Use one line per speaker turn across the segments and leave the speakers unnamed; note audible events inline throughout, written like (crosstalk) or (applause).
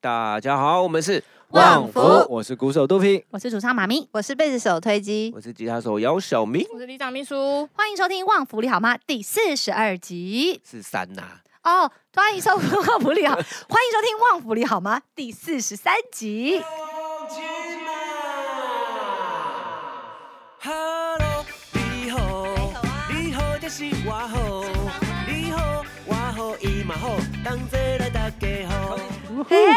大家好，我们是
旺福
我是鼓手杜平，
我是主唱马咪，
我是贝斯手推机，
我是吉他手姚小明，
我是李长秘书，
欢迎收听《旺福利好吗》第四十二集
是三呐、
哦，欢迎收听《旺福
(laughs)
利好》，欢迎收听《旺福利好吗》第四十三集。
Hello，你好，你好就是我好，你好我好伊嘛好，同齐来大家好。
嘿
哦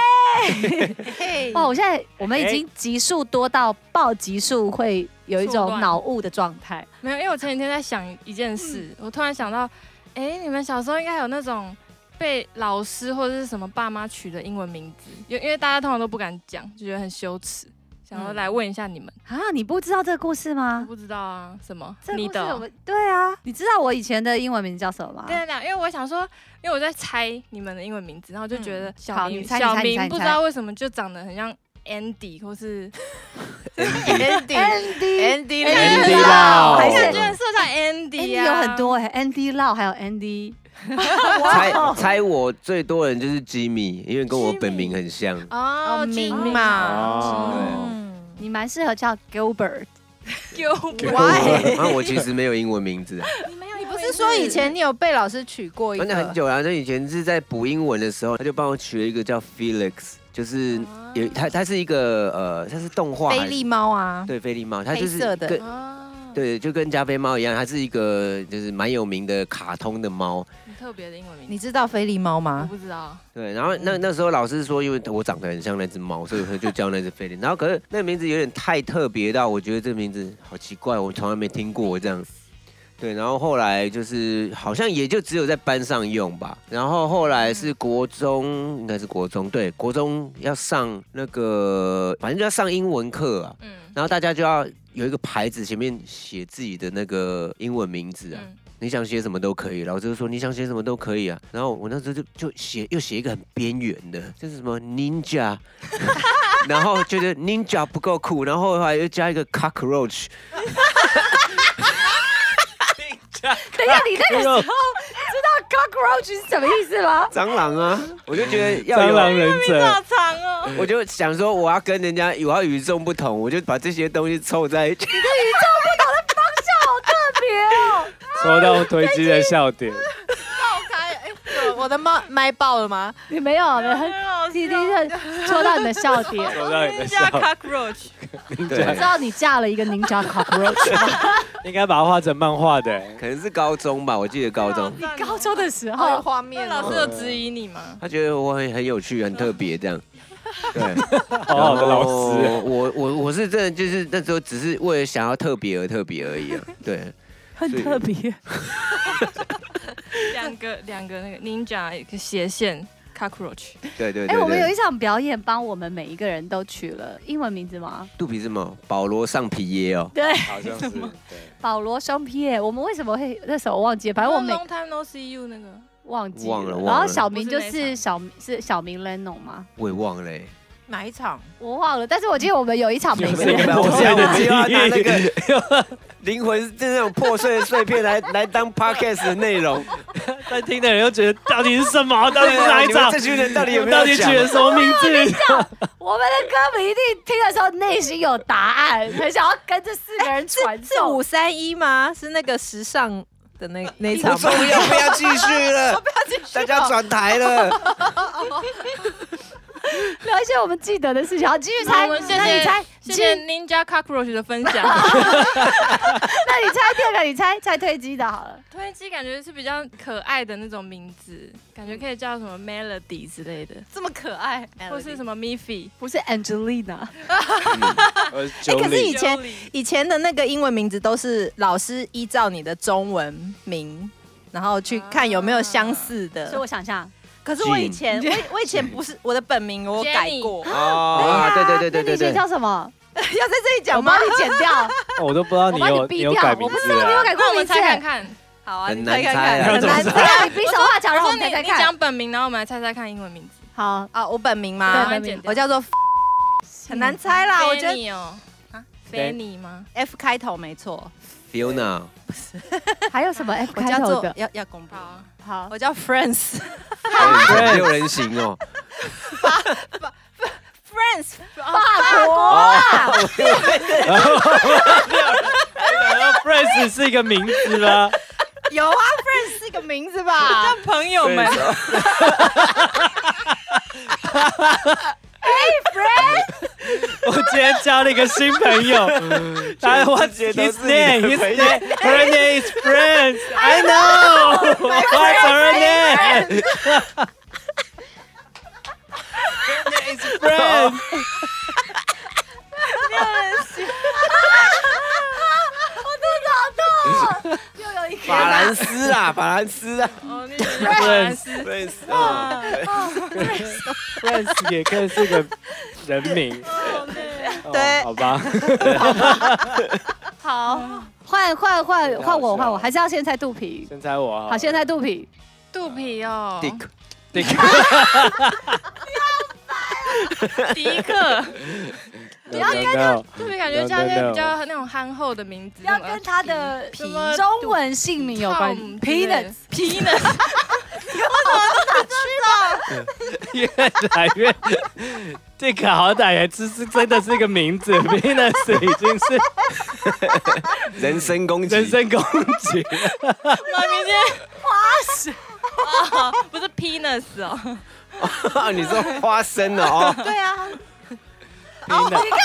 哇，我现在我们已经集数多到爆集数，会有一
错
种
乱
脑雾的状态。
没有，因为我前几天在想一件事，
嗯
我突然想到，哎，你们小时候应该有那种被老师或者是什么爸妈取的英文名字，因因为大家通常都不敢讲，就觉得很羞耻，想要
嗯
来问一下你们，
啊，你不知道这个故事
我
吗？
不知道啊，什么
这个
你
故事
的
我
哦。
们对啊，你知道我以前的英文名叫什么吗？
对啊对对，因为我想说，因为我在猜你们的英文名字，然后就觉得小
嗯好
明、
你猜你猜
小
你猜
明
你
不知
猜
道为什么就长得很像 Andy
(laughs)
或是
哎
，Andy Andy
Andy
啦
我
还
感
是
觉
啊
很适合叫 Andy
Andy
啊，
有很多哎，Andy Lau 还有
(laughs)
Andy，哦 (laughs)
猜猜我最多人就是 Jimmy，因为跟我本名很像。
哦，
明
明
嘛
哦，
嗯
你蛮适合叫 Gilbert。
Why？
然后我其实没有英文名字啊，
你不是说以前你有被老师取过一
反正很
个？
久了。就以前是在补英文的时候，他就帮我取了一个叫 Felix，就是有他他是一个呃，他是动画还
啊菲
是
力猫啊，
对菲利猫，它
黑
就是
色的嗯
跟
哦，
对，就跟加菲猫一样，它是一个就是蛮有名的卡通的猫。
很特别的英文名字，
你知道菲力猫
我
吗？
不知道，
对，然后那那时候老师说，因为我长得很像那只猫，所以他就叫那只菲利。然后可是那个名字有点太特别到，我觉得这名字好奇怪，我从来没听过这样。对，然后后来就是好像也就只有在班上用吧。然后后来是国中，应该是国中，对，国中要上那个，反正就要上英文课啊。
嗯，
然后大家就要有一个牌子，前面写自己的那个英文名字啊。
嗯
你想写什么都可以，老师就说你想写什么都可以啊。然后我那时候就就写又写一个很边缘的，就是什么 ninja，然后觉得 ninja 不够酷，然后后来又加一个 cockroach，
等一下，你那个时候知道 cockroach 是什么意思
(laughs)
吗？
蟑螂啊，我就觉得要
蟑
有。
螂忍者，
长哦，
我就想说，我要跟人家，我要与众不同，我就把这些东西凑在
(laughs)
一起。
哦
抽到推机的笑点，
哎我的猫麦爆了吗？
你没有，没有，
很
弟弟就戳到你的笑点。
抽到你哎的笑，
(laughs) cockroach，
对
知，道你嫁了一个 ninja cockroach 吗。
应该把它画成漫画的、
可能是高中吧，我记得高
哦
中。
(laughs) 高中的时
好有
候，
画面
老师有
哦。
质疑你吗？
他觉得我很很有趣，很特别这样。对，
好好的哦老
然后
师，
我我我是真的就是那时候只是为了想要特别而特别而
(laughs)
已啊。对，
很特别。
两个两个那个 ninja 一个斜线 cockroach，
对对对
哎，我们有
对。
一场表演，帮我们每一个人都取了英文名字吗？
肚皮是什么？保罗上皮耶哦。
对，
好像是，
保罗双皮耶。我们为什么会那时候我忘记
哎
了？反正我每
long time no see you 那个
忘记
忘了忘了
然后小明就
不是那
是
一
小是小明 Leno 吗？
我也忘了
(laughs)
欸。
哪一场？
我忘了，但是我记得我们有
(laughs)
一场每个
有这
人
个
都
东西
现在的
记忆
拿那个
(laughs)
灵魂是那种破碎的碎片来来当 podcast 的内
(laughs)
容。
但听的人又觉得到底是什么？到底是哪
啊
一
你们
张？
这群人到底有没有
到底取
讲
了什么名字？
我们的歌迷一定听的时候内心有答案，很想要跟这四个人传
是
授。
五三一吗？是那个时尚的那那一场
不
吗
重？要，不要继续
(laughs)
了，大
哦
家转台了。
(laughs) 聊一些我们记得的事情，好，继续猜。
我们谢谢
那你猜，
谢谢
继
ninja cockroach 的分享，
那你猜第二个，你猜猜推机的好了。
推机感觉是比较可爱的那种名字，感觉可以叫什么 melody 之类的，
这么可爱，
或是什么 miffy，
不是 Angelina，
我是
哎可是以
90
前以前的那个英文名字都是老师依照你的中文名，然后去看有没有相似的。
所以我想象
可是我以前我以我以前不是我的本名，我改过，
哦，对对对对
啊那
对
你以前
对。
叫什么？
(laughs) 要在这里
我
讲
(laughs)
吗
帮？你剪掉，
哦我都不知道你
我帮
有
你逼
有
掉
改名
我不知
字
道你有
(laughs) 啊，
改过
那哎我
名
们
字
猜。看看，
好啊，
很
你
难
猜看
猜啊
看，
要怎么
难
猜
这样你比手画脚，让我
说
们
你
猜猜
你
看。
讲本名，然后我们来猜猜看英文名字，
好，
啊，我本名
对
然后
吗
本？
会剪掉
我叫做很难猜啦，啊我觉得
Fanny 哦，Fanny 吗？
F 开头没错，
(laughs)
Fiona，
还有什 (laughs) 么哎 F
我
开
叫
头
做
的？
要要公布
好，啊，
(laughs) 好，
(laughs) 我叫 Friends，
哎六人行哦。
啦，
Phrase 是一个名字吗？ (laughs)
有 (laughs) 啊，Friends 是个名字吧？
朋友们，
我今天交了一个新朋友，他 What's his name? His name, (laughs) her name is Friends. I know. (laughs) What's her name? (laughs) Her name is Friends.
我肚子好痛哦，又有一个
法兰斯啊，法兰斯啊，
哦，你喜欢法兰斯
对，啊，
Friends 也可以是个人名。哦
对
好吧。
好，换换换换我换我，还是要先猜肚皮。
先猜我。
好，先猜肚皮。
肚皮哦，
迪克，
那个
迪克，
没有没有，
肚皮感觉叫一些比较那种憨厚的名字，
要跟他的
皮
什么嗯啊中文姓名有关
Tom 之类的
，Peanuts Peanuts，
越来越。这个好歹也只是真的是一个名字，Venus 已经是
人身攻击，
人身攻击。
妈咪今花式。 (laughs) 哦，不是 penis 哦，
你说花生了哦，
对啊，
Venus
你看最近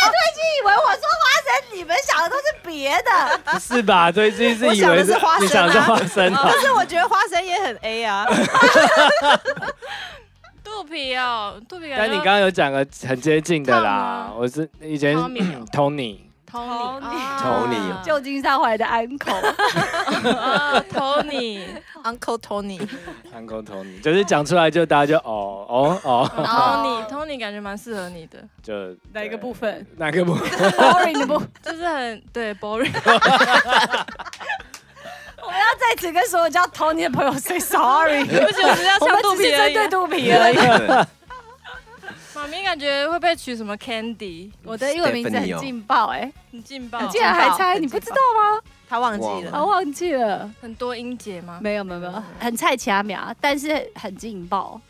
以为我说花生，你们想的都是别的，
不是吧？最近是以为
我
你
想的
想的
是
是
花哦
花生啊？
但是我觉得花生也很 A
(laughs)
啊，
肚皮哦，肚皮感觉。
但你刚刚有讲个很接近的
胖
啦
吗，
我是以前
Tommy
Tony，
Tony，
Tony
啊
(laughs) 旧金山回来的 (laughs) uncle。
啊 Tony，
Uncle Tony，
韩国 Tony，就是讲出来就大家就哦哦
嗯
哦，
Tony Tony 感觉蛮适合你的，
就
哪一个部分？
对哪个部分？
boring 的 (laughs) 不，
就是很对
(laughs)
boring。
我们要在此跟所有叫 Tony 的朋友 say (laughs) sorry，
对不起，我只是要
我
唱
们
肚
只是
皮而
针
已。啊
对肚皮而已。
妈咪感觉会被取什么 Candy，
(laughs) 我的英文名字很
Stephanie 哦
劲爆哎，
很劲爆
你，竟然还猜，
很
你
劲爆
不知道吗？
他忘记
我
忘
了。
忘记了，
很多音节吗？
没有没有没有，很菜其他苗，但是很劲爆。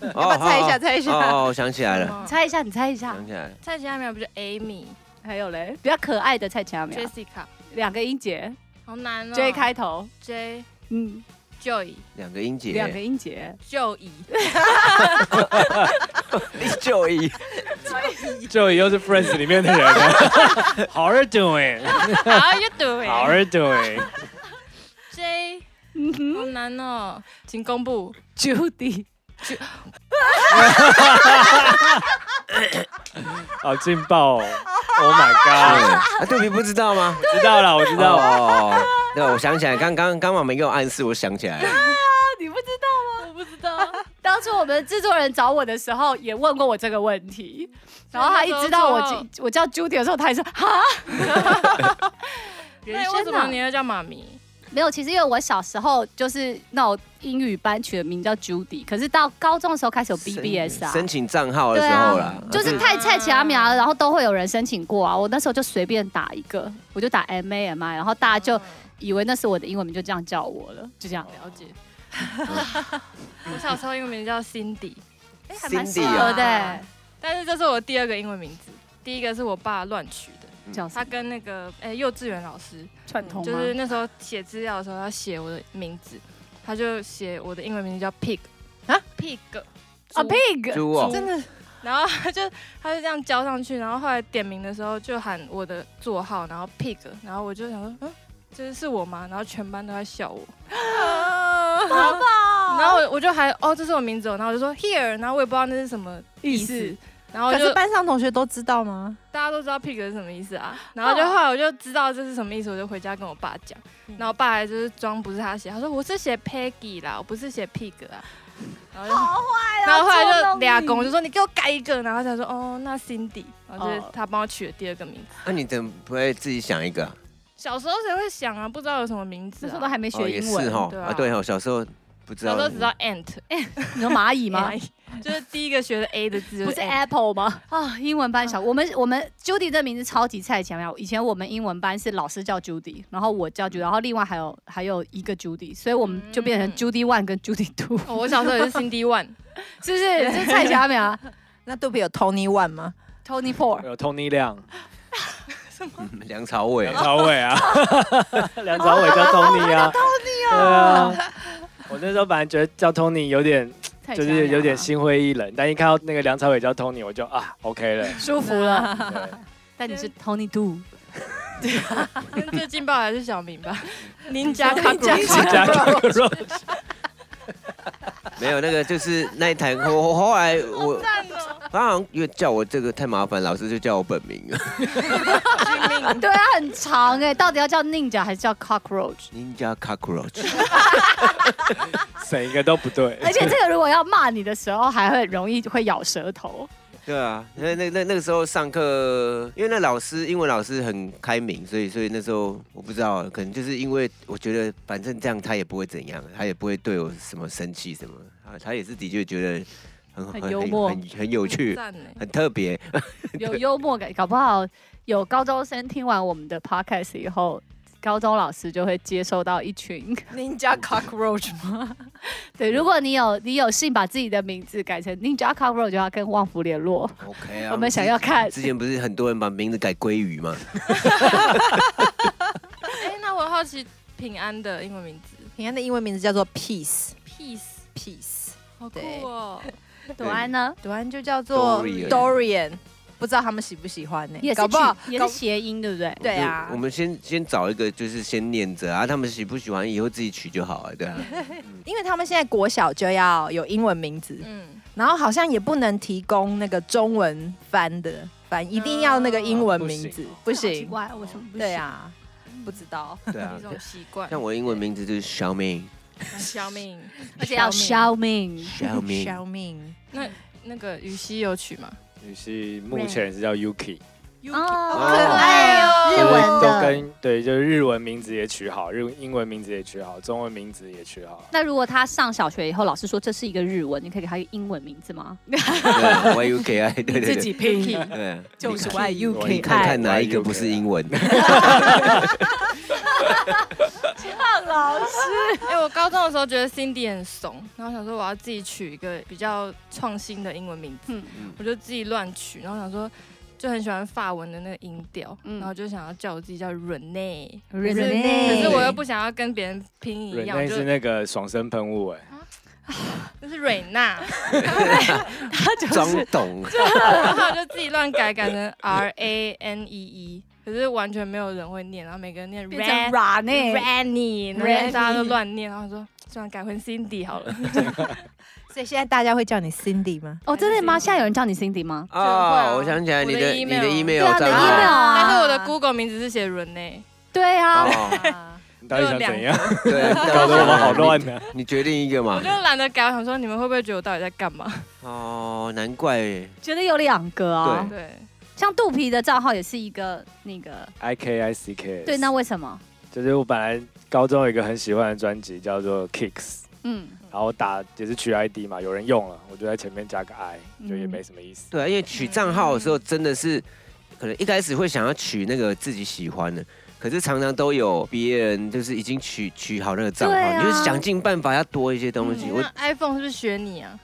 要
要不要猜一下？猜一
哦
下。
哦，我想起来了，
哦
你猜一下，你猜一下
想，起来了，
蔡佳苗不就 Amy、
还有嘞，比较可爱的菜其他苗，
Jessica，
两个音节
好难哦。
，J 开头，
J
嗯，
Joy
两个音节，
两个音节， (laughs)
Joy，
就一，
(laughs) 就又是 Friends 里面的人啊 (laughs) 了。How are you doing?
好 you
How
doing？J
are you doing?
嗯哼
好难哦，请公布。
，Judy，
好劲爆哦！Oh my god！
啊，肚皮不知道吗？
知道了，我知道了。
哦，对，我想起来，刚刚刚妈没给我暗示，我想起来了，
你不知道吗？我不知道。 (laughs) 当初我们制作人找我的时候，也问过我这个问题，然后他一知道我
所以那时候
叫我叫 Judy 的时候，他还说哈。人
那为什
生
么
啊
你，要叫妈咪？
没有，其实因为我小时候就是那种英语班取的名叫 Judy，可是到高中的时候开始有 BBS 啊，
申请账号的
对
时
啊
候啦，嗯
就是太菜奇阿米了，然后都会有人申请过啊。我那时候就随便打一个，我就打 M A M I，然后大家就以为那是我的英文名，就这样叫我了，就这样。
了
(laughs)
解。我小时候英文名叫 Cindy，
哎，还蛮适
Cindy 啊
合的欸，
但是这是我第二个英文名字，第一个是我爸乱取的。
叫
他
啥？
跟那个哎、幼稚园老师，
串通
就
吗？
是那时候写资料的时候要写我的名字，他就写我的英文名字叫 Pig
啊
Pig，
啊
猪
，pig，
猪哦，
真的。然后 (laughs) 他就他就这样交上去，然后后来点名的时候就喊我的座号，然后 Pig，然后我就想说，嗯，这是我吗？然后全班都在笑我， (laughs) 然后然后我我就还哦，这是我名字、哦，然后我就说 Here，然后我也不知道那是什么
意
意
思
思，然后我
可
就是
班上同学都知道吗？
大家都知道 pig 是什么意
(laughs)
思啊，然后就
哦
后来我就知道这是什么意思，我就回家跟我爸讲，
嗯
然后我爸还就是装不是他写，他说我是写 Peggy 啦，我不是写 pig
(laughs)
啊，然后就
好坏啊！
然后后来
捉
就
弄你
俩公就说你给我改一个，然后他说哦那 Cindy，然后就是
哦
他帮我取的第二个名字。
那你怎么不会自己想一个啊？
小时候谁会想啊，不知道有什么名
那
字
时候都
啊，
还没
哦，
学
也
英
是
文，
哈，
对啊
啊，对哦，小时候不知
小
道，
时候只知道 ant
你说蚂蚁 (laughs) 吗
蚂？蚁，就是第一个学的 A 的字就
不是
ant
Apple 吗？啊，英文班小我们我们 Judy 这名字超级菜，前面以前我们英文班是老师叫 Judy，然后我叫 Judy，然后另外还有还有一个 Judy，所以我们就变成
嗯
Judy One 跟 Judy (laughs) Two，
哦我小时候也是 Cindy One，
(laughs) 是不是？这是菜前面啊？
那肚皮有 Tony One 吗？
Tony Four，
有 Tony 亮、
梁朝伟
梁
啊，
朝伟啊， (laughs) 梁朝伟叫 Tony 啊，Tony 啊，对啊。我那时候本来觉得叫 Tony 有点，
太
就
香了
是有点心灰意冷，但一看到那个梁朝伟叫 Tony，我就啊
(laughs)
OK 了。
舒服了。
对
但你是 Tony Two，
但最劲爆还是小明吧，
(laughs)
(laughs)
您
加卡古
加
是加 Cockroach
(laughs) 没有那个就是那一台，我我后来我
哦
他好像因为叫我这个太麻烦，老师就叫我本 (laughs) 名了
(laughs) 对啊，很长哎，到底要叫 Ninja 还是叫
(laughs)
Cockroach？
，Ninja Cockroach。
(laughs) 整一个都不对。
而且这个如果要骂你的时候，还会很容易会咬舌头。
(laughs) 对啊，那那那那个时候上课，因为那老师英文老师很开明，所以所以那时候我不知道，可能就是因为我觉得反正这样他也不会怎样，他也不会对我什么生气什么，啊，他也是的确觉得很
很幽默
很很有趣，
赞欸呢。
很特
(laughs)
别。 (laughs)
有幽默感，搞不好有高中生听完我们的 podcast 以后，高中老师就会接收到一群。 (laughs)
您加 cockroach 吗？
对，如果你有你有幸把自己的名字改成 Ninja Cockroach，就要跟旺福联络。
OK 啊，
(laughs) 我们想要看
之前不是很多人把名字改鲑鱼吗？
哎，那我好奇平安的英文名字
平安的英文名字叫做 peace
Peace，
peace，
好酷
对
哦。
朵安呢，
读完啊就叫做
Dorian
Dorian，不知道他们喜不喜欢呢、
也是
搞不好
取也
搞
是谐音，对不对？
对啊
就我们先先找一个就是先念着啊，他们喜不喜欢以后自己取就好了，对
(laughs)
啊。
因为他们现在国小就要有英文名字，
(laughs)
嗯，
然后好像也不能提供那个中文翻的翻，一定要那个英文名字，不
不奇
行。
怪，为什么不行？
对，啊，不知道。
对啊
一，种习惯。
像我英文名字就是小明，
小明，
(laughs) 而且要
消
消命。
小明，
小明，
那那个羽西有取吗？
女婿目前是叫 Yuki，
哦，
好可
爱哦
日文
都
的。
跟对，就是日文名字也取好，日英文名字也取好，中文名字也取好。
那如果他上小学以后，老师说这是一个日文，你可以给他一个英文名字吗？ (laughs)
对啊 Y U K I，对对对，
拼，
对，啊
就是我爱 U
我
K
你看看
I。
哪一个不是英
(laughs)
文？
老师，
哎、我高中的时候觉得 Cindy 很怂，然后想说我要自己取一个比较创新的英文名字，
嗯
我就自己乱取，然后想说就很喜欢法文的那个音调，
嗯
然后就想要叫我自己叫 Rene，
Renee
可是我又不想要跟别人拼一样，
那
我就是
那个爽身喷雾哎，
就是瑞娜，
装懂，
然后我就自己乱改，改成 R A N E E，可是完全没有人会念，然后每个人念
变成
Ren-
Ra 呢？
Rennie，然后
Rennie
大家都乱念，然后说算了，改回 Cindy 好了，
所以现在大家会叫你 Cindy 吗？
哦，真的吗？现在有人叫你 Cindy 吗？啊
哦，我想起来你
我
的
的
你
email
的 email
对啊你的
账号
email 啊
但是我的 Google 名字是写 Rene。
(laughs)
对啊，
哦，
你到底想怎样？
对
(laughs)
啊，搞
搞得我们好乱。
(laughs)
啊呢。
你决定一个嘛
(laughs) 我就？懒得改，我想说你们会不会觉得我到底在干嘛？
哦，难怪
觉得有两个啊
对，
对，
像肚皮的账号也是一个那个，
I K I C K，
对，那为什么？
就是我本来高中有一个很喜欢的专辑叫做 Kicks，
嗯，
然后我打也是取 I D 嘛，有人用了，我就在前面加个 I，就也
嗯
没什么
(laughs)
意思。
对啊，因为取账号的时候真的是，可能一开始会想要取那个自己喜欢的。可是常常都有别人就是已经取取好那个账号，
对啊
你就是想尽办法要多一些东西。
嗯
我
那 iPhone 是不是学你啊？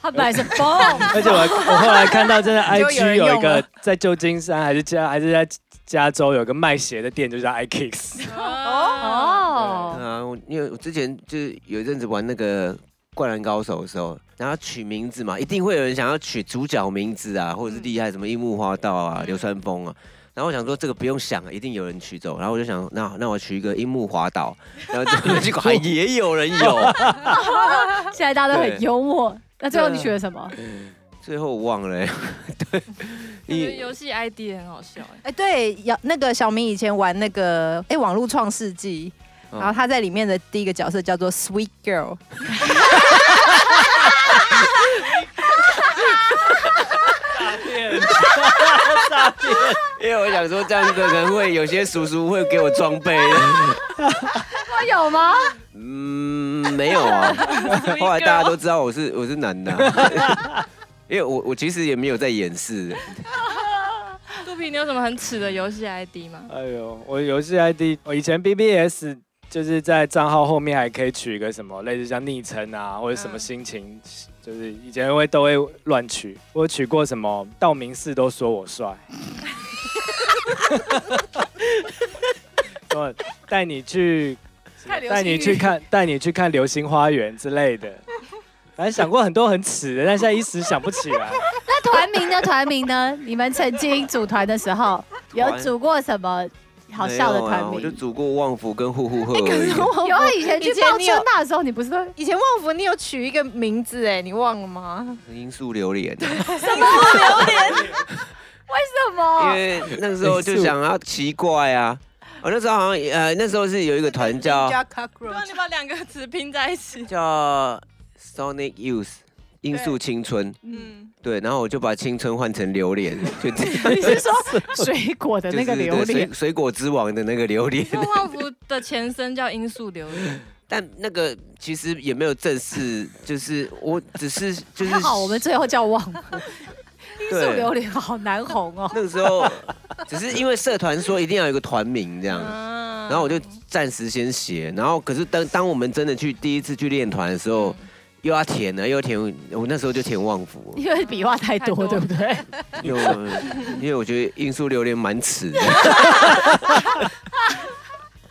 他本
(laughs)
来是 bomb，
而且我我后来看到，真的
就有
IG
人
有一
用了
个在旧金山还是加还是在加州有个卖鞋的店，就叫 I Kicks。
啊哦，
对
哦，
啊，我因为我之前就是有一阵子玩那个《灌篮高手》的时候，然后取名字嘛，一定会有人想要取主角名字啊，或者是厉害什么樱木花道啊、
嗯
流川枫啊。然后我想说这个不用想了，一定有人取走。然后我就想，那那我取一个樱木花道，然后这个 (laughs) 结果还也有人有，
现在大家都很幽默。那最后你
对啊
选了什么？
最后我忘了、欸。 (laughs)
我觉
对，
得
你
游戏 ID 也很好笑哎。
(laughs) 哎，对，要那个小明以前玩那个哎网络创世纪，
嗯
然后他在里面的第一个角色叫做 Sweet Girl，
因为我想说这样子可能会有些叔叔会给我装备，
我有吗？
嗯，没有啊。 (laughs) 后来
(laughs)
大家都知道我是我是男的啊、 (laughs) 因为我我其实也没有在掩饰。
肚皮，你有什么很耻的游戏 ID 吗？
哎呦，我游戏 ID，我以前 BBS 就是在账号后面还可以取一个什么类似像昵称啊，或者
嗯
什么心情，就是以前会都会乱取。我取过什么道明寺都说我帅， (laughs) 我带你去
看流星雨
带你去看带你去看流星花园之类的。反正想过很多很耻的，但现在一时想不起来。
那团名呢？团名呢？ (laughs) 你们曾经组团的时候有
团
组过什么好笑的团
没有啊我就？
名
组过旺福跟呼呼喝而
可
已
是。我
有啊，以前去
以前
报
你有
春大的时候，你不是都
以前旺福你有取一个名字哎，你忘了吗？
罂粟榴莲，
为什
因
么？
为那时候就想要奇怪啊。我那时候好像呃，那时候是有一个团
(laughs)
叫
叫
(laughs) 不然
cockroach，
你把两个词拼在一起。
叫 Sonic Youth，罂粟青春。
嗯，
对，然后我就把青春换成榴莲，就这样。
你 (laughs) 是说水果的
就
那个
是
榴
对
莲
水？水果之王的那个榴莲， (laughs)
那旺福的前身叫罂粟榴 (laughs) 莲，
但那个其实也没有正式，就是我只
(laughs)
是就是
还好我们最后叫旺福，罂粟
对
榴莲好难红
(laughs)
哦。
那个时候只是因为社团说一定要有一个团名这样，
嗯，
然后我就暂时先写，然后可是当当我们真的去第一次去练团的时候，
嗯
又要填了，又要填，我那时候就填旺福，
因为笔画太多，
太
对
多
不对？
因为我
(laughs)
因为我觉得罂粟榴莲蛮耻的，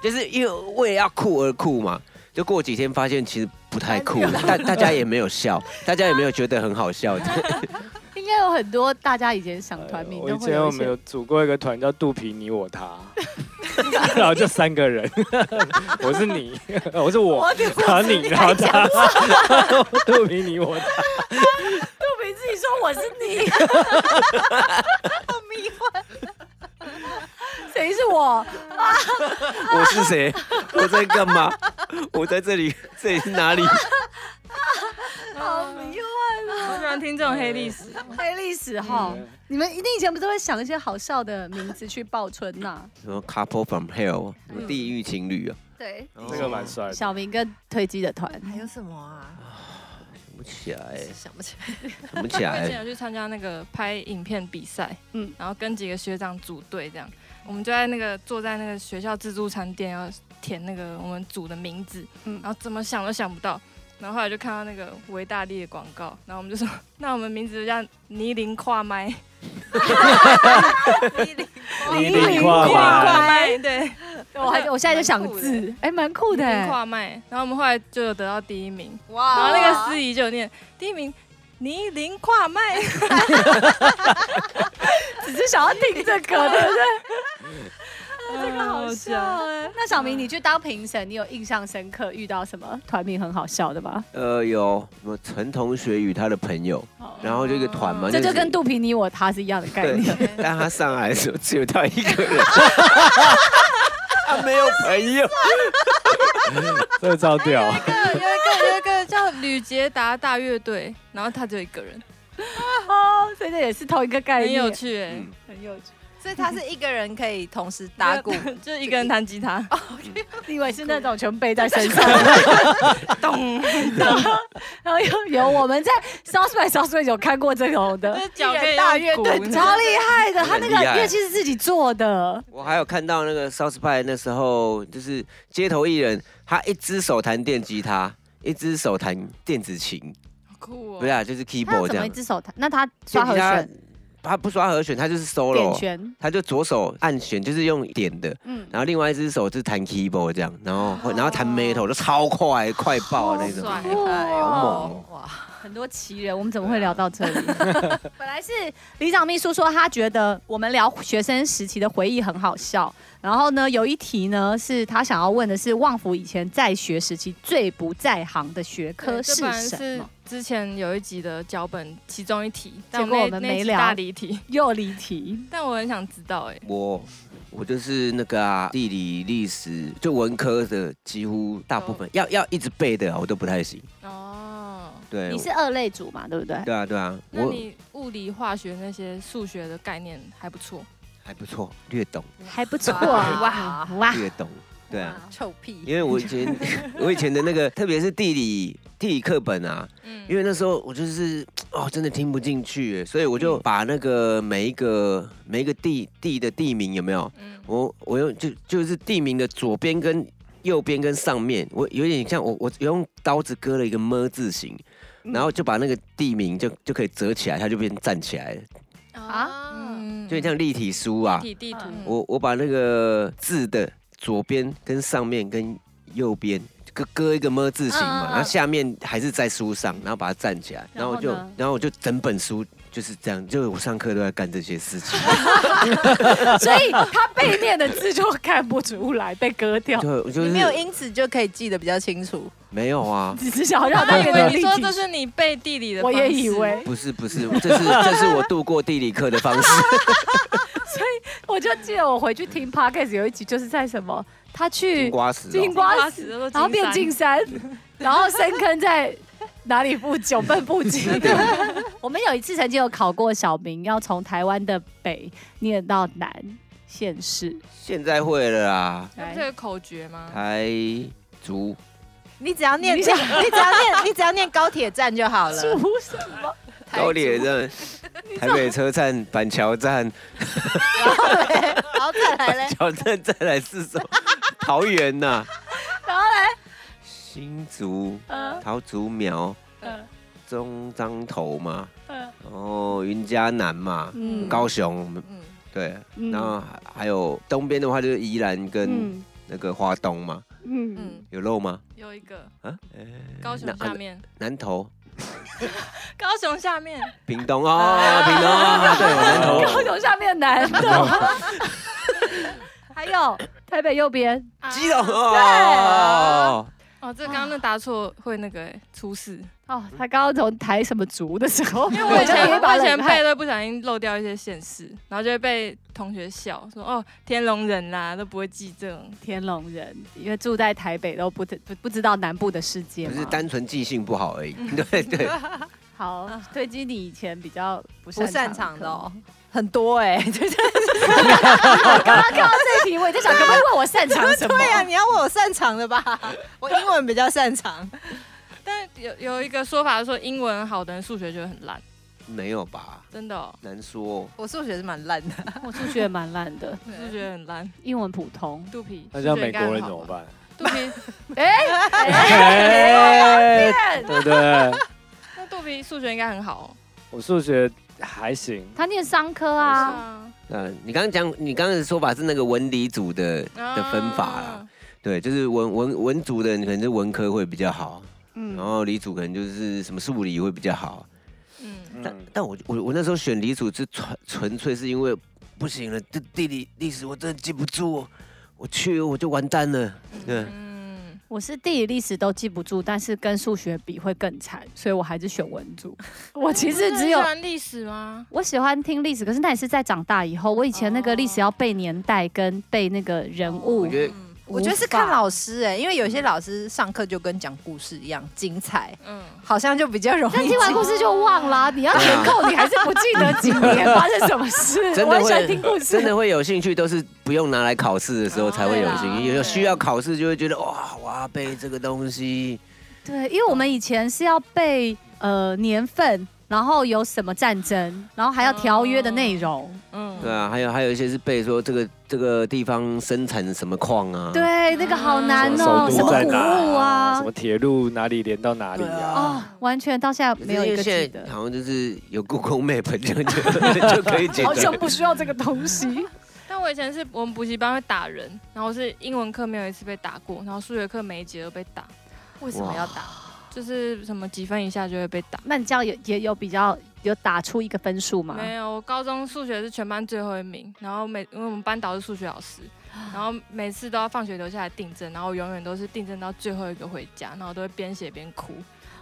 就是因为为了要酷而酷嘛。就过几天发现其实不太酷，大大家也没有笑，大家也没有觉得很好
(laughs)
笑的。
应该有很多大家以前想团
哎
名
我哦以
都会
前
有
我
一
们
些 (laughs)
有。组过一个团叫肚皮你我他，然后就三
(laughs)
个人，我是你，哦我是我，然后你，然后他，肚皮你我他，
杜明自己说我是你，好迷幻。谁是我？
我是谁？我在干嘛？我在这里，这里是哪里？
好迷
我喜欢听这种黑历史。
幻，黑历史哈！
嗯
你们一定以前不是会想一些好笑的名字去报春呐、
(laughs) 什么 couple from hell，什么地狱情侣啊？
对，
这个蛮帅的。
小明跟推机的团，
还有什么啊？
想不起来，
想不起
想不起
我以
来
(laughs)
前。有去参加那个拍影片比赛，
嗯
嗯，然后跟几个学长组队这样，我们就在那个坐在那个学校自助餐店要填那个我们组的名字，
嗯
嗯，然后怎么想都想不到，然后后来就看到那个维大利的广告，然后我们就说，那我们名字就叫泥泞跨麦，
你
零
领跨
跨
吗？
麦，对，
我还我现在就想字，哎，蛮酷
泥
的
泞
哎。
跨麦，然后我们后来就有得到第一名，
来哇
然后那个司仪就有念第一名泥泞跨麦，
只是想要听这个，对不对？
(laughs) 这个好笑
哎。那小明，你去当评审，你有印象深刻遇到什么团名很好笑的吗？
呃，有什么陈同学与他的朋友，然后就一个团嘛，
哦这就是跟肚皮你我他是一样的概念。
对， (laughs) 但他上来的时候只有他一个人， (laughs) 他没有朋友。
这个超屌，
有一个有一个叫吕杰达大乐队，然后他只有一个人，
哦，所以这也是同一个概
很
念，
有趣哎、
嗯
很有趣。
所以他是一个人可以同时打 (laughs) 鼓，
(laughs) 就是一个人弹吉他，
你以为是那种全背在身上的，
咚，
然后有有我们在 South by South 有看过这种的
就，是脚
一
可
人
以
大
用
乐
鼓
队
你知道
超厉害的。他那
很厉
个
害
乐器是自己做的，
(laughs) 我还有看到那个 South by 那时候就是街头艺人，他一只手弹电吉他，一只手弹电子琴，
好酷哦，
不是啊，就是
他
keyboard
要
这
怎么
样
一。只手弹？那他
电
刷
吉
和
他
弦、
他不刷和弦，他就是
点
solo，
弦，
他就左手按弦，就是用点的，
嗯，
然后另外一只手是弹 keyboard 这样，然
哦
后然后弹 metal 都超快，快爆那种。
帅
好猛哦
哇！
很多奇人，我们怎么会聊到 (laughs) 这里？本来是李长秘书说，他觉得我们聊学生时期的回忆很好笑。然后呢，有一题呢是他想要问的是，旺福以前在学时期最不在行的学科
对
是
这本来
什
是
么？
之前有一集的脚本其中一题，
结
但
果
那
我们
那
没
集
聊
大离题，
又离题，
但我很想知道哎，
我我就是那个啊，地理、历史就文科的，几乎大部分要要一直背的啊，我都不太行。
哦，
对，
你是二类组嘛，对不对？
对啊对啊，
那
我
你物理、化学那些数学的概念还不错，
还不错，略懂
还不错，哇
哇
哇，
略懂，对啊，
臭屁！
因为我以前我以前的那个，特别是地理地理课本啊，
嗯，
因为那时候我就是哦，真的听不进去耶，所以我就把那个每一个每一个地地的地名有没有，
嗯
我我用就就是地名的左边跟右边跟上面，我有点像我我用刀子割了一个么字形，然后就把那个地名就就可以折起来，它就变站起来了，
啊
嗯，哦
就很像立体书啊。
体嗯地图，
我我把那个字的左边跟上面跟右边割割一个么字形嘛
嗯嗯，嗯
然后下面还是在书上，然后把它站起来，然
然
后
后
我就
呢
然后我就整本书就是这样，就我上课都在干这些事情，
所以他背面的字就看不出来，被割掉，
对，我就
你
是
没有因此就可以记得比较清楚。
没有啊。
只是想要让
他
他
以
变得
为你
立
说这
体。
是你背地里的，
我也以为，
不是不是，这是这是我度过地理课的方
(laughs)
式。
我就记得我回去听 podcast 有一集就是在什么，他去
金瓜石、
金
哦，
瓜
瓜
石
石，都
然后变
金
金山，然后深坑在哪里附九份附近。
(laughs)
我们有一次曾经有考过小明，要从台湾的北念到南县市，
现在会了啦。
那不是有口诀吗？
台足
你只要念，
你
你只 (laughs) 要念，你只要念高铁站就好
出
了。
什么？
高铁站、台北车站、板桥
(laughs)
站、
(laughs) 然后再来 (laughs) 嘞，
桥站再来四首，桃园呐、
(laughs) 然后嘞，
新竹、
嗯
桃竹苗、
嗯
中彰头嘛，
嗯
然后云嘉南嘛，
嗯
高雄
嗯，
对，
嗯
然后还还有东边的话就是宜兰跟
嗯
那个花东嘛，
嗯，
嗯，
有漏吗？
有一个
啊，
高
呃
雄下面，
南投、
啊
高雄下面，
屏东哦，屏东哦，对，南投。
(laughs)
高雄下面南 (laughs) 的，还有台北右边，
啊
基隆哦，
哦，这刚刚那答错会那个欸
(laughs)
出事，
哦，他刚刚从台什么族的时候，
因为我以前
就一
我
把
以前
冷汗
背都不小心漏掉一些县市，然后就会被同学笑说哦天龙人啦都不会记这种，
天龙人，因为住在台北都不不不知道南部的世界
只
嘛。
是单纯记性不好而已。(laughs)
嗯
对对，
好，推击你以前比较不
不擅长的哦，很多 (laughs) 哎。
我刚刚看到这一题，我也在想，可不可以问我擅长什么？
(laughs) 对啊呀，你要问我擅长的 (laughs) 吧？我英文比较擅长。
但有有一个说法说英文好的人数学就会很烂，
没有吧？
真的、哦，
难说。
我数学是蛮烂的，
我数学蛮烂的，
数学很烂，
英文普通。
肚皮，
(laughs) 那像
数学
美
应该很
国人怎
好
么
吧？
办？
肚皮，
哎对不对？
那肚皮数学应该很好、哦，
我数学还行，
他念商科 (laughs)
是
啊，
啊，
嗯，你刚刚讲，你刚刚的说法是那个文理组的
嗯
的分法啦
啊。，
对，就是文文文组的人可能是文科会比较好，然
嗯，
后理组可能就是什么数理会比较好。
嗯，
但
嗯，
但我我我那时候选理组是纯纯粹是因为不行了，这地理历史我真的记不住，我去我就完蛋了。对，
嗯，
我是地理历史都记不住，但是跟数学比会更惨，所以我还是选文组。
哦
我其实只有
不是很喜欢历史吗？
我喜欢听历史，可是那也是在长大以后，我以前那个历史要背年代跟背那个人物
我，
哦
觉得
嗯
我觉得是看老师哎，因为有些老师上课就跟讲故事一样精彩，
嗯，
好像就比较容易
但
记。
听完故事就忘了啊、你要填空，你还是不记得几
(laughs)
年发生什么事。
真的
我很喜欢
会
听 (laughs) 故事
真，的会有兴趣，都是不用拿来考试的时候才会有兴
哦
趣。
对啦
有需要考试就会觉得哇，我要背这个东西。
对，因为我们以前是要背呃年份，然后有什么战争，然后还要条约的内容。
嗯，
对啊，还有还有一些是背说这个这个地方生产什么矿啊。
对，那个好难哦，
嗯
首
什
都
么
在
古
哪
物啊
什么，铁路哪里连到哪里啊？
哦，完全到现在
可是
没有
因
一
为
个记
现
得
在。好像就是有 Google Map 就就就
(laughs)
可以解
好像
决。
不需要这个东西，
但我以前是我们补习班会打人，然后是英文课没有一次被打过，然后数学课每一节都被打。为什么要打？就是什么几分以下就会被打。
那你这样有也有比较有打出一个分数吗？
没有，我高中数学是全班最后一名，然后每因为我们班导是数学老师，然后每次都要放学留下来订正，然后我永远都是订正到最后一个回家，然后我都会边写边哭，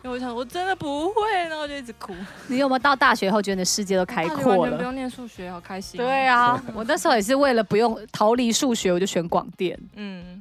因为我想我真的不会，然后我就一直哭。
你有没有到大学后觉得你的世界都开
大学
阔
完全
了？
不用念数学，好开心。哦
对，啊，我那时候也是为了不用逃离数学，我就选广电，
嗯，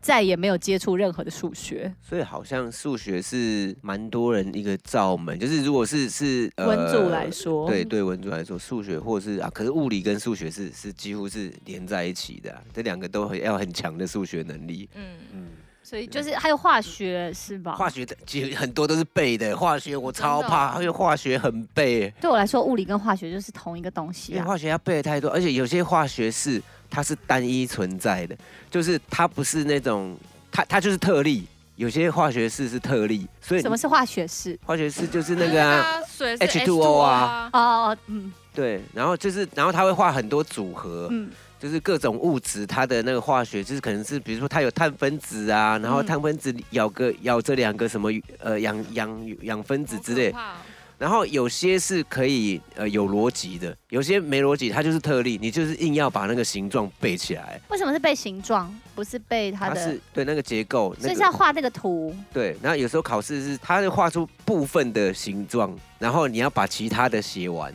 再也没有接触任何的数学。
所以好像数学是蛮多人一个罩门，就是如果是是、呃
文组来说，
对对文组来说，数学或是啊，可是物理跟数学是是几乎是连在一起的啊、这两个都很要很强的数学能力。
嗯，
嗯，
所以就是还有化学是吧？
化学的其实很多都是背的，化学我超
真的
哦
怕，因为化学很背，
对我来说，物理跟化学就是同一个东
因
西
为
啊。
化学要背的太多，而且有些化学式它是单一存在的，就是它不是那种它它就是特例，有些化学式是特例，所以
什么是化学式？
化学式就是那个
(laughs)
啊，
它水是
H2O 啊
哦哦，嗯
对，然后就是然后它会画很多组合，
嗯，
就是各种物质，它的那个化学就是可能是，比如说它有碳分子啊，然后
嗯
碳分子咬个咬这两个什么呃氧氧氧分子之类，
好可怕哦
然后有些是可以呃有逻辑的，有些没逻辑，它就是特例，你就是硬要把那个形状背起来，
为什么是背形状，不是背它的？
是对那个结构，
所
那
以是要
个
画那个图，
对，然后有时候考试是它会画出部分的形状，然后你要把其他的写完，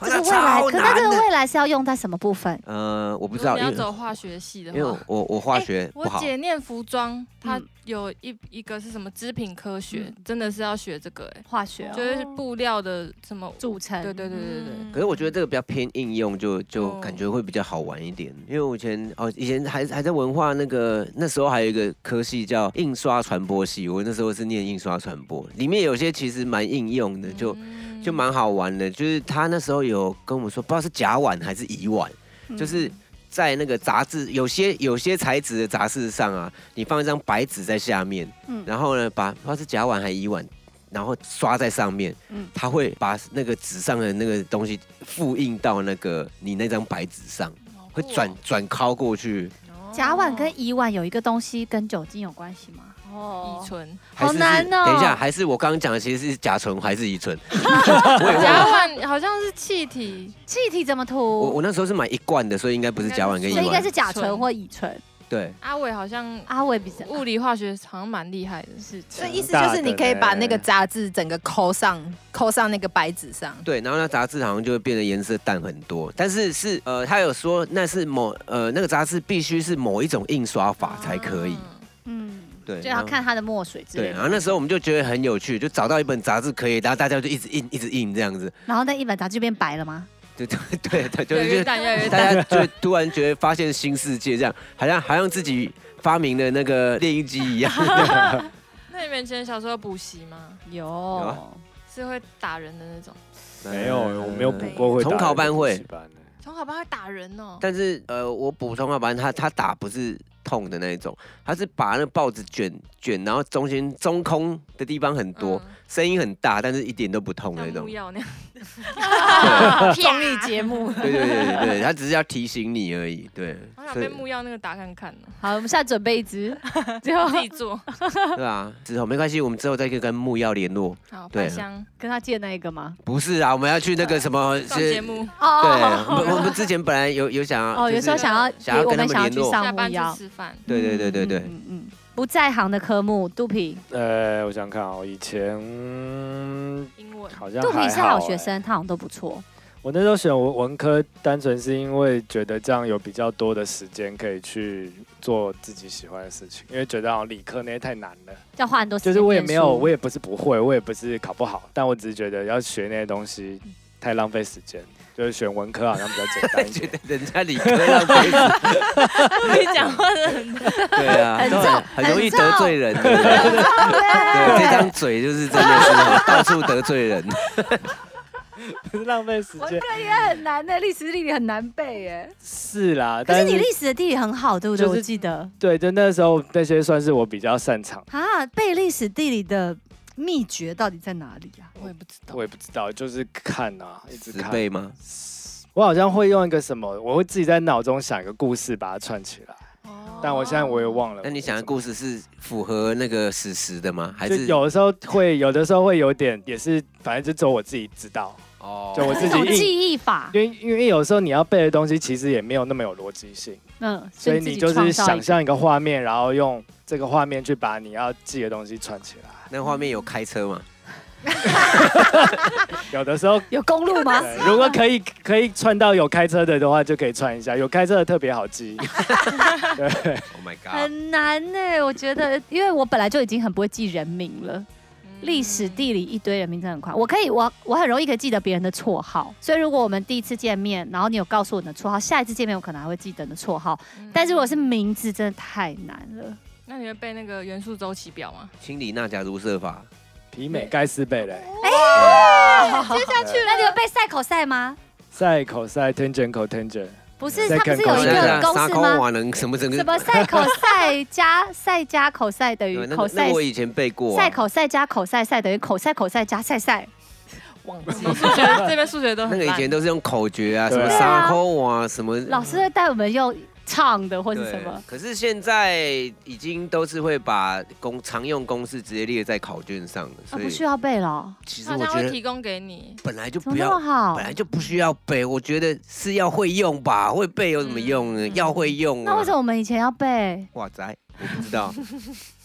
哇，
这个未来，
超
可它这
难
个
的，
未来是要用在什么部分？
呃，我不
如
知道，
果
因
你要
为
走化学系的
因为
话
我。我我化学
哎
不
我
好。
姐念服装，她
嗯
有一一个是什么织品科学，真的是要学这个哎，
化学、
就是布料的什么，
组成。
对对对对对，
可是我觉得这个比较偏应用，就就
嗯哦
感觉会比较好玩一点。因为我以前哦，以前还还在文化那个那时候还有一个科系叫印刷传播系，我那时候是念印刷传播，里面有些其实蛮应用的，
嗯
就就蛮好玩的。就是他那时候有跟我们说，不知道是甲烷还是乙烷，
嗯
就是。在那个杂志，有些有些材质的杂志上啊，你放一张白纸在下面，
嗯
然后呢，把不知道是甲烷还是乙烷，然后刷在上面，
嗯
它会把那个纸上的那个东西复印到那个你那张白纸上，会转转拷过去，
甲烷跟乙烷有一个东西跟酒精有关系吗？
乙醇，
还是
好难哦
等一下，还是我刚刚讲的，其实是甲醇还是乙醇？我也忘
甲
了。
烷好像是气体，
气体怎么
我
涂？
我那时候是买一罐的，所以应该不是甲烷跟乙
哦所以应该
烷
是。甲醇或乙醇。
对，
阿伟好像
阿伟比较
物理化学好像蛮厉害的，是
所以意思就是你可以把那个杂志整个抠上，抠上那个白纸上。
对，然后那杂志好像就会变得颜色淡很多，但是是呃，他有说那是某呃那个杂志必须是某一种印刷法才可
哦
以。
啊
嗯，
对，
就
然
要
后
看它的墨水之
对，
类
然
的。
后那时候我们就觉得很有趣，就找到一本杂志可以，然后大家就一直印，一直印这样子，
然后那一本杂志变白了吗？
对对对对，就
越来越
是
淡越来越
大
淡。
家就突然觉得发现新世界，这样好像好像自己发明的那个猎鹰机一样。
那你们以前小时候补习吗？
啊
(laughs) 有，
是会打人的那种，
(laughs)
啊
没有，我没有补过会打
重考班会
补习班的
从小班会打人哦。
但是呃，我补充啊，反正他他打不是痛的那一种，他是把那报纸卷卷，然后中间中空的地方很多，声音很大，但是一点都不痛
嗯
那
像
种
木。药那样，
啊
综艺节目，
对对对对对，
(laughs)
他只是要提醒你而已。对，
我想被木药那个打看
(laughs)
看呢，
(laughs) 好，我们现在准备一支，最后
自己做。
对啊，之后没关系，我们之后再跟木曜联络。
好，
对
返乡
跟他借那一个吗？
不是啊，我们要去那个什么
上节。目，
对，
哦
我们我们之前本来有有想要
哦，有时候
就是
想要
想要
我
跟他们
们想要
联
去
络
上
下
木
班去
曜。
吃饭。
对对对对对，
嗯嗯，不在行的科目，肚皮，
呃，我想看哦，以前嗯
英文
好像
肚皮
还
是好
欸
学。
哎
生，他好像都不错。
我那时候选文文科，单纯是因为觉得这样有比较多的时间可以去做自己喜欢的事情，因为觉得好像理科那些太难了。
要花很多时
就
间念
是
书。
我也没有，我也不是不会，我也不是考不好，但我只是觉得要学那些东西
嗯
太浪费时间，就是选文科好像比较
(laughs)
简单一
觉
点。
得人家理科浪费时间，
(laughs) 你讲话的很
对啊，
很
都
重
很容易
很重
得罪人。对， (laughs) 对这张嘴就是真的是哦到处得罪 (laughs) 人。
不是浪费时间，
很难的，历史地理很难背欸耶。
是啦，
可是
但
你历史的地理很好，对不对？
就是
我记得
对，就那时候那些算是我比较擅长，
啊，背历史地理的秘诀到底在哪里啊？
我也不知道
我。也不知道，就是看啊，一直
十
看。
倍吗？
我好像会用一个什么，我会自己在脑中想一个故事把它串起来，
哦
但我现在我也忘了。
那你想的故事是符合那个史实的吗？还
就是有的时候会，有的时候会有点，也是反正就只有我自己知道，
哦
就我自
这
己
种
硬
记忆法，
因为因为有时候你要背的东西其实也没有那么有逻辑性，
嗯，
所以
自
你
己
就
创
是
造一
想
个
象一个画面，然后用这个画面去把你要记的东西串起来。
那画面有开车吗？
有的时候，
有公路吗？
对 (laughs) 如果可以可以串到有开车的的话，就可以串一下，有开车的特别好记。 (laughs)
Oh my god！
(laughs) 很难呢，我觉得，因为我本来就已经很不会记人名了，
嗯
历史、地理一堆人名真的很快。我可以，我我很容易可以记得别人的绰号，所以如果我们第一次见面，然后你有告诉我你的绰号，下一次见面我可能还会记得你的绰号，
嗯
但是如果是名字，真的太难了。
那你会背那个元素周期表
(laughs)
吗？
清理钠加入射法，
皮美盖斯贝雷，
接下去了，那你有被赛口赛吗？
塞口塞 tangent 口 tangent，
不是
在
它不
干
是有一个
口塞
啊
公
沙
式
空
吗？
瓦能什么整个
什么赛口赛加赛加口赛等于
对那
口
个那
赛
个我以前背过啊
赛口赛加口赛赛等于口赛口赛加赛赛。
忘记
(laughs)
数学这边数学都
那
很
个以
烂。
前都是用口诀啊，什
对
么
啊
沙空瓦什么
老师会带我们用唱的或是
对
什么？
可是现在已经都是会把公常用公式直接列在考卷上了，
啊，
所
不需
以
要背了哦，
其实
好
我
像
觉
会
得
提供给你，
本来就
怎么
不
那么啊
要。
好
本？来就不需要背，我觉得是要会用吧，会背有什么用呢？
嗯
要会用、啊。
那为什么我们以前要背？
哇塞，我不知
(laughs)
道。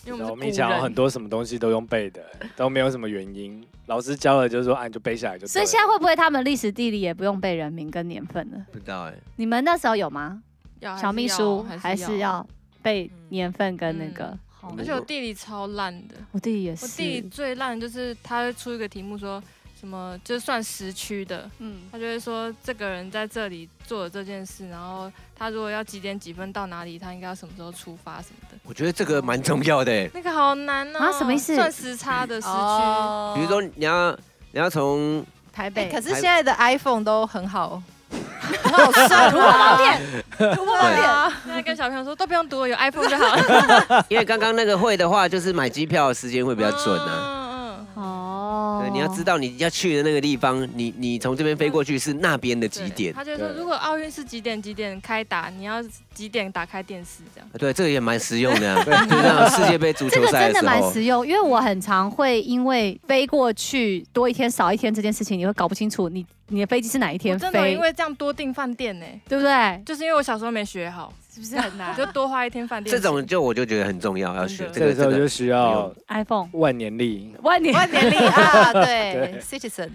因为
然后
我
我
们
们以
是
前
古
好像很
人。
多什么东西都用背的，都没有什么原因。老师教了就是说，啊，你就背下来就对了。
所以现在会不会他们历史地理也不用背人名跟年份了？
不知道哎、
你们那时候有吗？
要还是
小秘书
要
还是。要背年份跟那个
嗯。
好
而且我地理超烂的，
我弟也是，
我地理最烂的就是他会出一个题目说什么，就算时区的，
嗯，
他就会说这个人在这里做了这件事，然后他如果要几点几分到哪里，他应该要什么时候出发什么的。
我觉得这个蛮重要的、欸。
那个好难哦、
啊什么意思哦
算时差的时区，
哦比如说你要你要从
台
哎
北，
可是
还
现在的 iPhone 都很好，很好上啊， (laughs)
突破
对
现在跟小朋友说都不用读了，有 iPhone 就好 (laughs) 了，
因为刚刚那个会的话，就是买机票的时间会比较准啊。
嗯嗯
哦
对，你要知道你要去的那个地方，你你从这边飞过去是那边的
对
几点？
嗯
他就说
对
如果奥运是几点几点开打，你要几点打开电视这样。
对，这个也蛮实用的、
(laughs)
啊，就像世界杯足
这
球
个
赛
真的
时
蛮
候。
实用，因为我很常会因为飞过去多一天少一天这件事情，你会搞不清楚你你的飞机是哪一
我
天
真的
飞
因，为这样多订饭店呢、
对不对？
就是因为我小时候没学好，
是不是很难
我就多花一天饭店
这
钱。
种就我就觉得很重要，要学
嗯
真
这
的
这个
个
时候
这
就
个。
需要
(laughs) iPhone
万年历。
万年，
万年历
(laughs)
啊，对
对
，Citizen，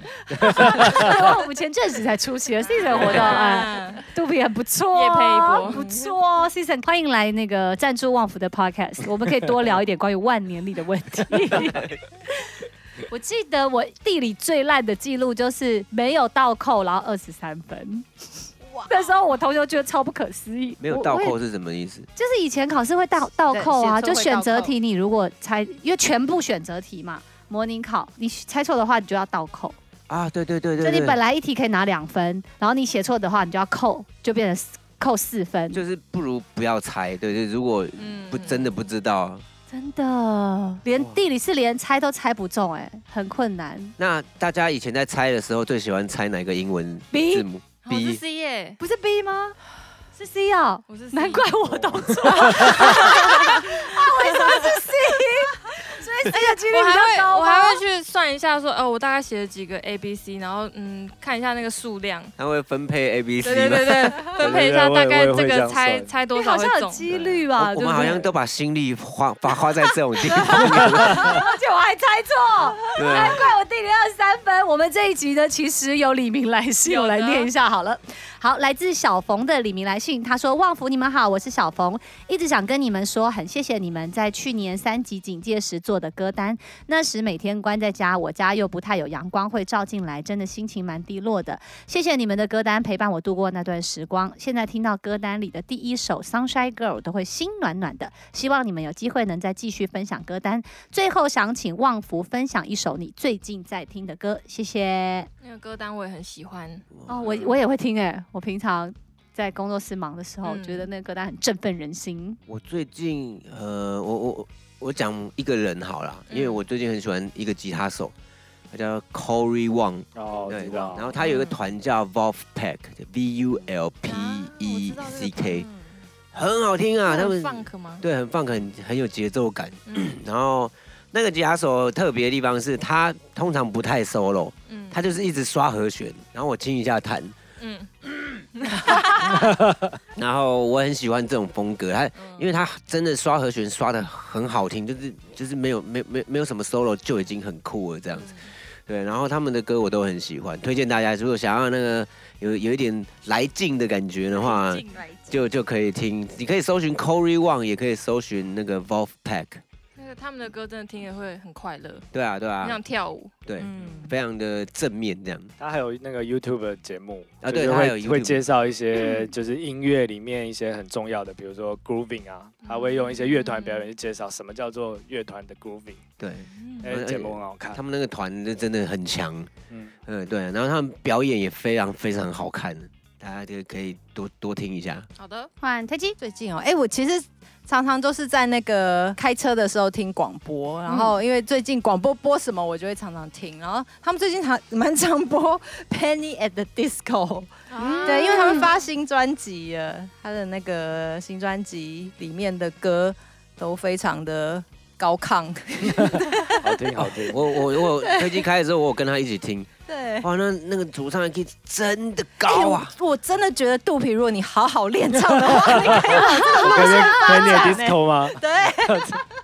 我们前阵子才出席了 season
(laughs)
活动，哎，
(laughs)
嗯
杜比很不错，
业配一波
不错哦，season 欢迎来那个赞助旺福的 podcast，我们可以多聊一点关于万年历的问题。我记得我地理最烂的记录就是没有倒扣，然后二十三分。那时候我同学觉得超不可思议，
没有
我
倒，
我也
扣是什么意思？
就是以前考试会倒倒扣啊，就
对写错会
选择
倒扣
题你如果猜，因为全部选择题嘛，模拟考你猜错的话你就要倒扣，
啊，对对对
就
对
你本
对，
来一题可以拿两分，然后你写错的话你就要扣，就变成四扣四分。
就是不如不要猜，对对，如果
嗯
不真的不知道，
真的，连地理是连猜都猜不中、哎，很困难。
那大家以前在猜的时候最喜欢猜哪个英文
B
字母
我哦是
B？
C 耶，
不是 B 吗？是 C 哦，
我是 C
难怪我懂
(laughs)
错。啊，为什么是 C？所以 C 的几率
我
比
还
较
会
高
我还
吗
会去算一下说，哦，我大概写了几个 A B C，然后嗯看一下那个数量，
它会分配 A、B、
对
C
对
吗？
对对，分配一下
对对对我也
大概
我也会
这
这
个
样
猜
算
猜多
你
少
好
会
像有
中。
几率吧？
我我们好像都把心力花把花在这种地方，
(laughs)
而且我还猜错，
对啊
难怪我地理二三分。我们这一集呢，其实有李明来信，
有
我
的
来念一下好了。好，来自小冯的李明来信，他说：“旺福，你们好，我是小冯，一直想跟你们说，很谢谢你们在去年三级警戒时做的歌单。那时每天关在家，我家又不太有阳光会照进来，真的心情蛮低落的。谢谢你们的歌单陪伴我度过那段时光。现在听到歌单里的第一首《Sunshine Girl》，都会心暖暖的。希望你们有机会能再继续分享歌单。最后想请旺福分享一首你最近在听的歌，谢谢。
那个歌单我也很喜欢，
哦，我我也会听哎、我平常在工作室忙的时候，
嗯
觉得那个歌单很振奋人心。
我最近呃，我我我讲一个人好了，
嗯
因为我最近很喜欢一个吉他手，他叫 Corey Wong，
哦，我知道。
然后他有一个团叫 Volpec V U L P
我知
E
道这个
C K，
嗯
很好听啊，
是
他
很
们
funk 吗？
对很放很很有节奏感。
嗯
(clears throat) 然后那个吉他手特别的地方是他通常不太 solo，
嗯
他就是一直刷和弦，然后我听一下弹，
嗯，
然后我很喜欢这种风格，他因为他真的刷和弦刷的很好听，就是就是没有没没没有什么 solo 就已经很酷了这样子。对，然后他们的歌我都很喜欢，推荐大家如果想要那个有有一点来劲的感觉的话，就就可以听，你可以搜寻 Corey Wang，也可以搜寻那个 Wolf Pack。
那个他们的歌真的听也会很快乐，
对啊，对
很
啊
想，跳舞。
对，
嗯，
非常的正面这样。
他还有那个 YouTube 的节目
啊
就
对
是
他有
会
YouTube
会介绍一些就是音乐里面一些很重要的，比如说 grooving 啊，他会用一些乐团表演去介绍什么叫做乐团的 grooving，
对
那个节目很好看
他。们那个团就真的很强，
嗯，
嗯，对，然后他们表演也非常非常好看，大家就可以多多听一下。
好的，
换台基，
最近哦，哎、我其实常常都是在那个开车的时候听广播，然
嗯
后因为最近广播播什么，我就会常常听。然后他们最近常蛮常播 Penny at the Disco，、
嗯，
对，因为他们发新专辑了，他的那个新专辑里面的歌都非常的高亢。
好听好听。
哦我我我飞机开的时候，我有跟他一起听，
(laughs) 对，
哇，那那个主唱的 key 真的高啊！
哎我我真的觉得肚皮，如果你好好练唱的话，你可以往这个
我
路
可以
线发
跟你的
展呢、
disco 吗？
对，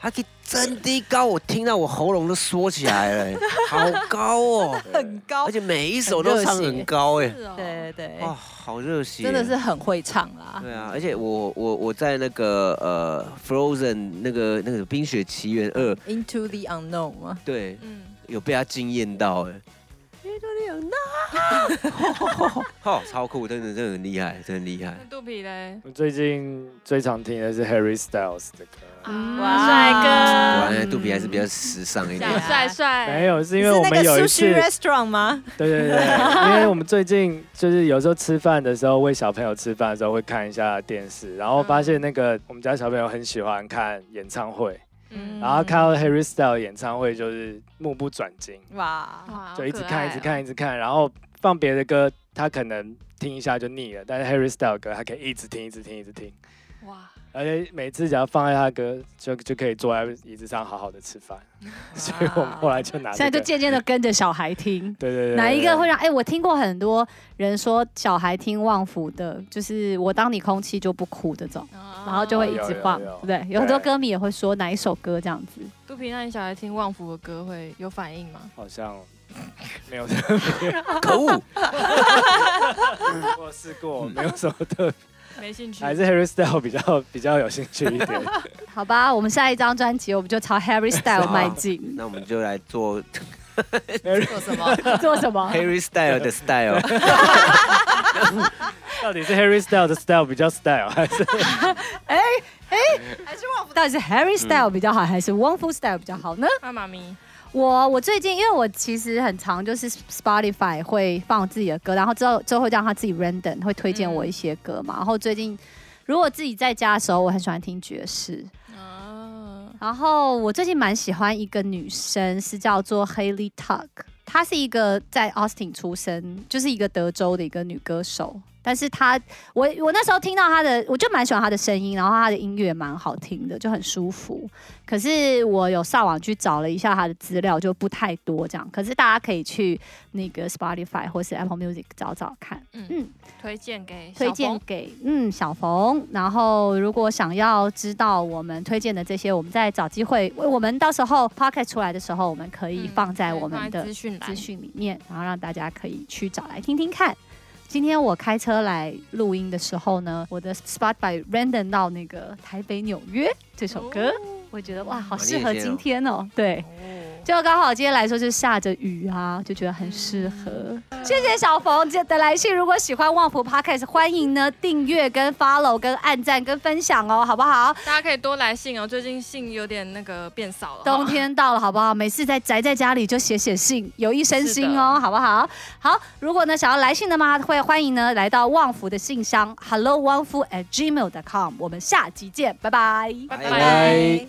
他 key 真的高，我听到我喉咙都缩起来了，哎好高哦！
很
(laughs)
高
而，且每一首都唱很高哎，
是哦，
对对对，
哇，好热血！
真的是很会唱啦。
对啊，而且我我我在那个呃《Frozen》那个那个《冰雪奇缘二》，
Into the unknown 吗？
对，
嗯，
有被他惊艳到哎。 (laughs) 哦，超酷，真的真的很厉害，真的很厉害
那。肚皮嘞，
我最近最常听的是 Harry Styles 的
哇
歌，
果
嗯帅
然肚皮
嗯
还是比较时尚一
这
点
样。帅帅，
没有是
哎你
因为
是
我
那
们
个
有一次
sushi restaurant 吗？
对对
(laughs)
对，因为我们最近就是有时候吃饭的时候，喂小朋友吃饭的时候会看一下电视，然后发现那个我们家小朋友很喜欢看演唱会，
嗯
然后看到 Harry Styles 演唱会就是目不转睛，
哇，
哇
就一直看一直，看一直看，然后放别的歌他可能听一下就腻了，但是 Harry Styles 歌他可以一直听一直听一直听，
好可爱哦哇，
而且每次只要放下他的歌，就就可以坐在椅子上好好的吃饭，所以我们后来就
(laughs)
拿、
现
这
在
个。
就渐渐的跟着小孩听。
对对对，
哪一个会
让
让？哎、我听过很多人说小孩听旺福的，就是我当你空气就不哭这种，然
然
后就会一直放，
有
对
有有
不对？有很多
对
歌迷也会说哪一首歌这样子。
肚皮，那你小孩听旺福的歌会有反应吗？
好像没有？
可恶！
我试过，没有什么特别，
没兴趣，
嗯还是 Harry Style 比较比较有兴趣一 (laughs) 点。
好吧，我们下一张专辑我们就朝 Harry Style
好
迈进。
那我们就来做
做
(laughs)
什么？
做
(laughs)
什么？
Harry Style 的 Style，
到底是 Harry Style 的 Style 比较 Style，还是
到底是 Harry Style 比较好，还是 Wonderful Style 比较好呢？
那妈咪，
我我最近，因为我其实很常就是 Spotify 会放我自己的歌，然后之后之后会让他自己 random 会推荐我一些歌嘛。然后最近如果自己在家的时候，我很喜欢听爵士。
啊，
然后我最近蛮喜欢一个女生，是叫做 Haley Tuck，她是一个在 Austin 出生，就是一个德州的一个女歌手。但是她，我我那时候听到她的，我就蛮喜欢她的声音，然后她的音乐蛮好听的，就很舒服。可是我有上网去找了一下她的资料，就不太多这样。可是大家可以去那个 Spotify 或是 Apple Music 找找看。
嗯，推荐给小
推荐
冯
给嗯小冯，然后如果想要知道我们推荐的这些，我们再找机会，我们到时候 p o c k e t 出来的时候，我们可以
嗯
放在
对
我
放
们的
资讯栏
资讯里面，然后让大家可以去找来听听看。今天我开车来录音的时候呢，我的 Spotify random 到那个台北纽约这首歌，我觉得
嗯
哇，好
哦
适
你
合
也是
今
哦
天哦。对，
哦，
就刚好今天来说就下着雨啊，就觉得很适合。谢谢小冯的来信。如果喜欢旺福 Podcast，欢迎呢订阅、跟 follow、跟按赞、跟分享哦，好不好？
大家可以多来信哦，最近信有点那个变少了，
冬天到了，好不好？每次在宅在家里就写写信，有益身心哦，好不好？好，如果呢想要来信的嘛，会欢迎呢来到旺福的信箱 hello 旺福 at gmail.com。我们下集见，拜拜。
拜
拜
拜。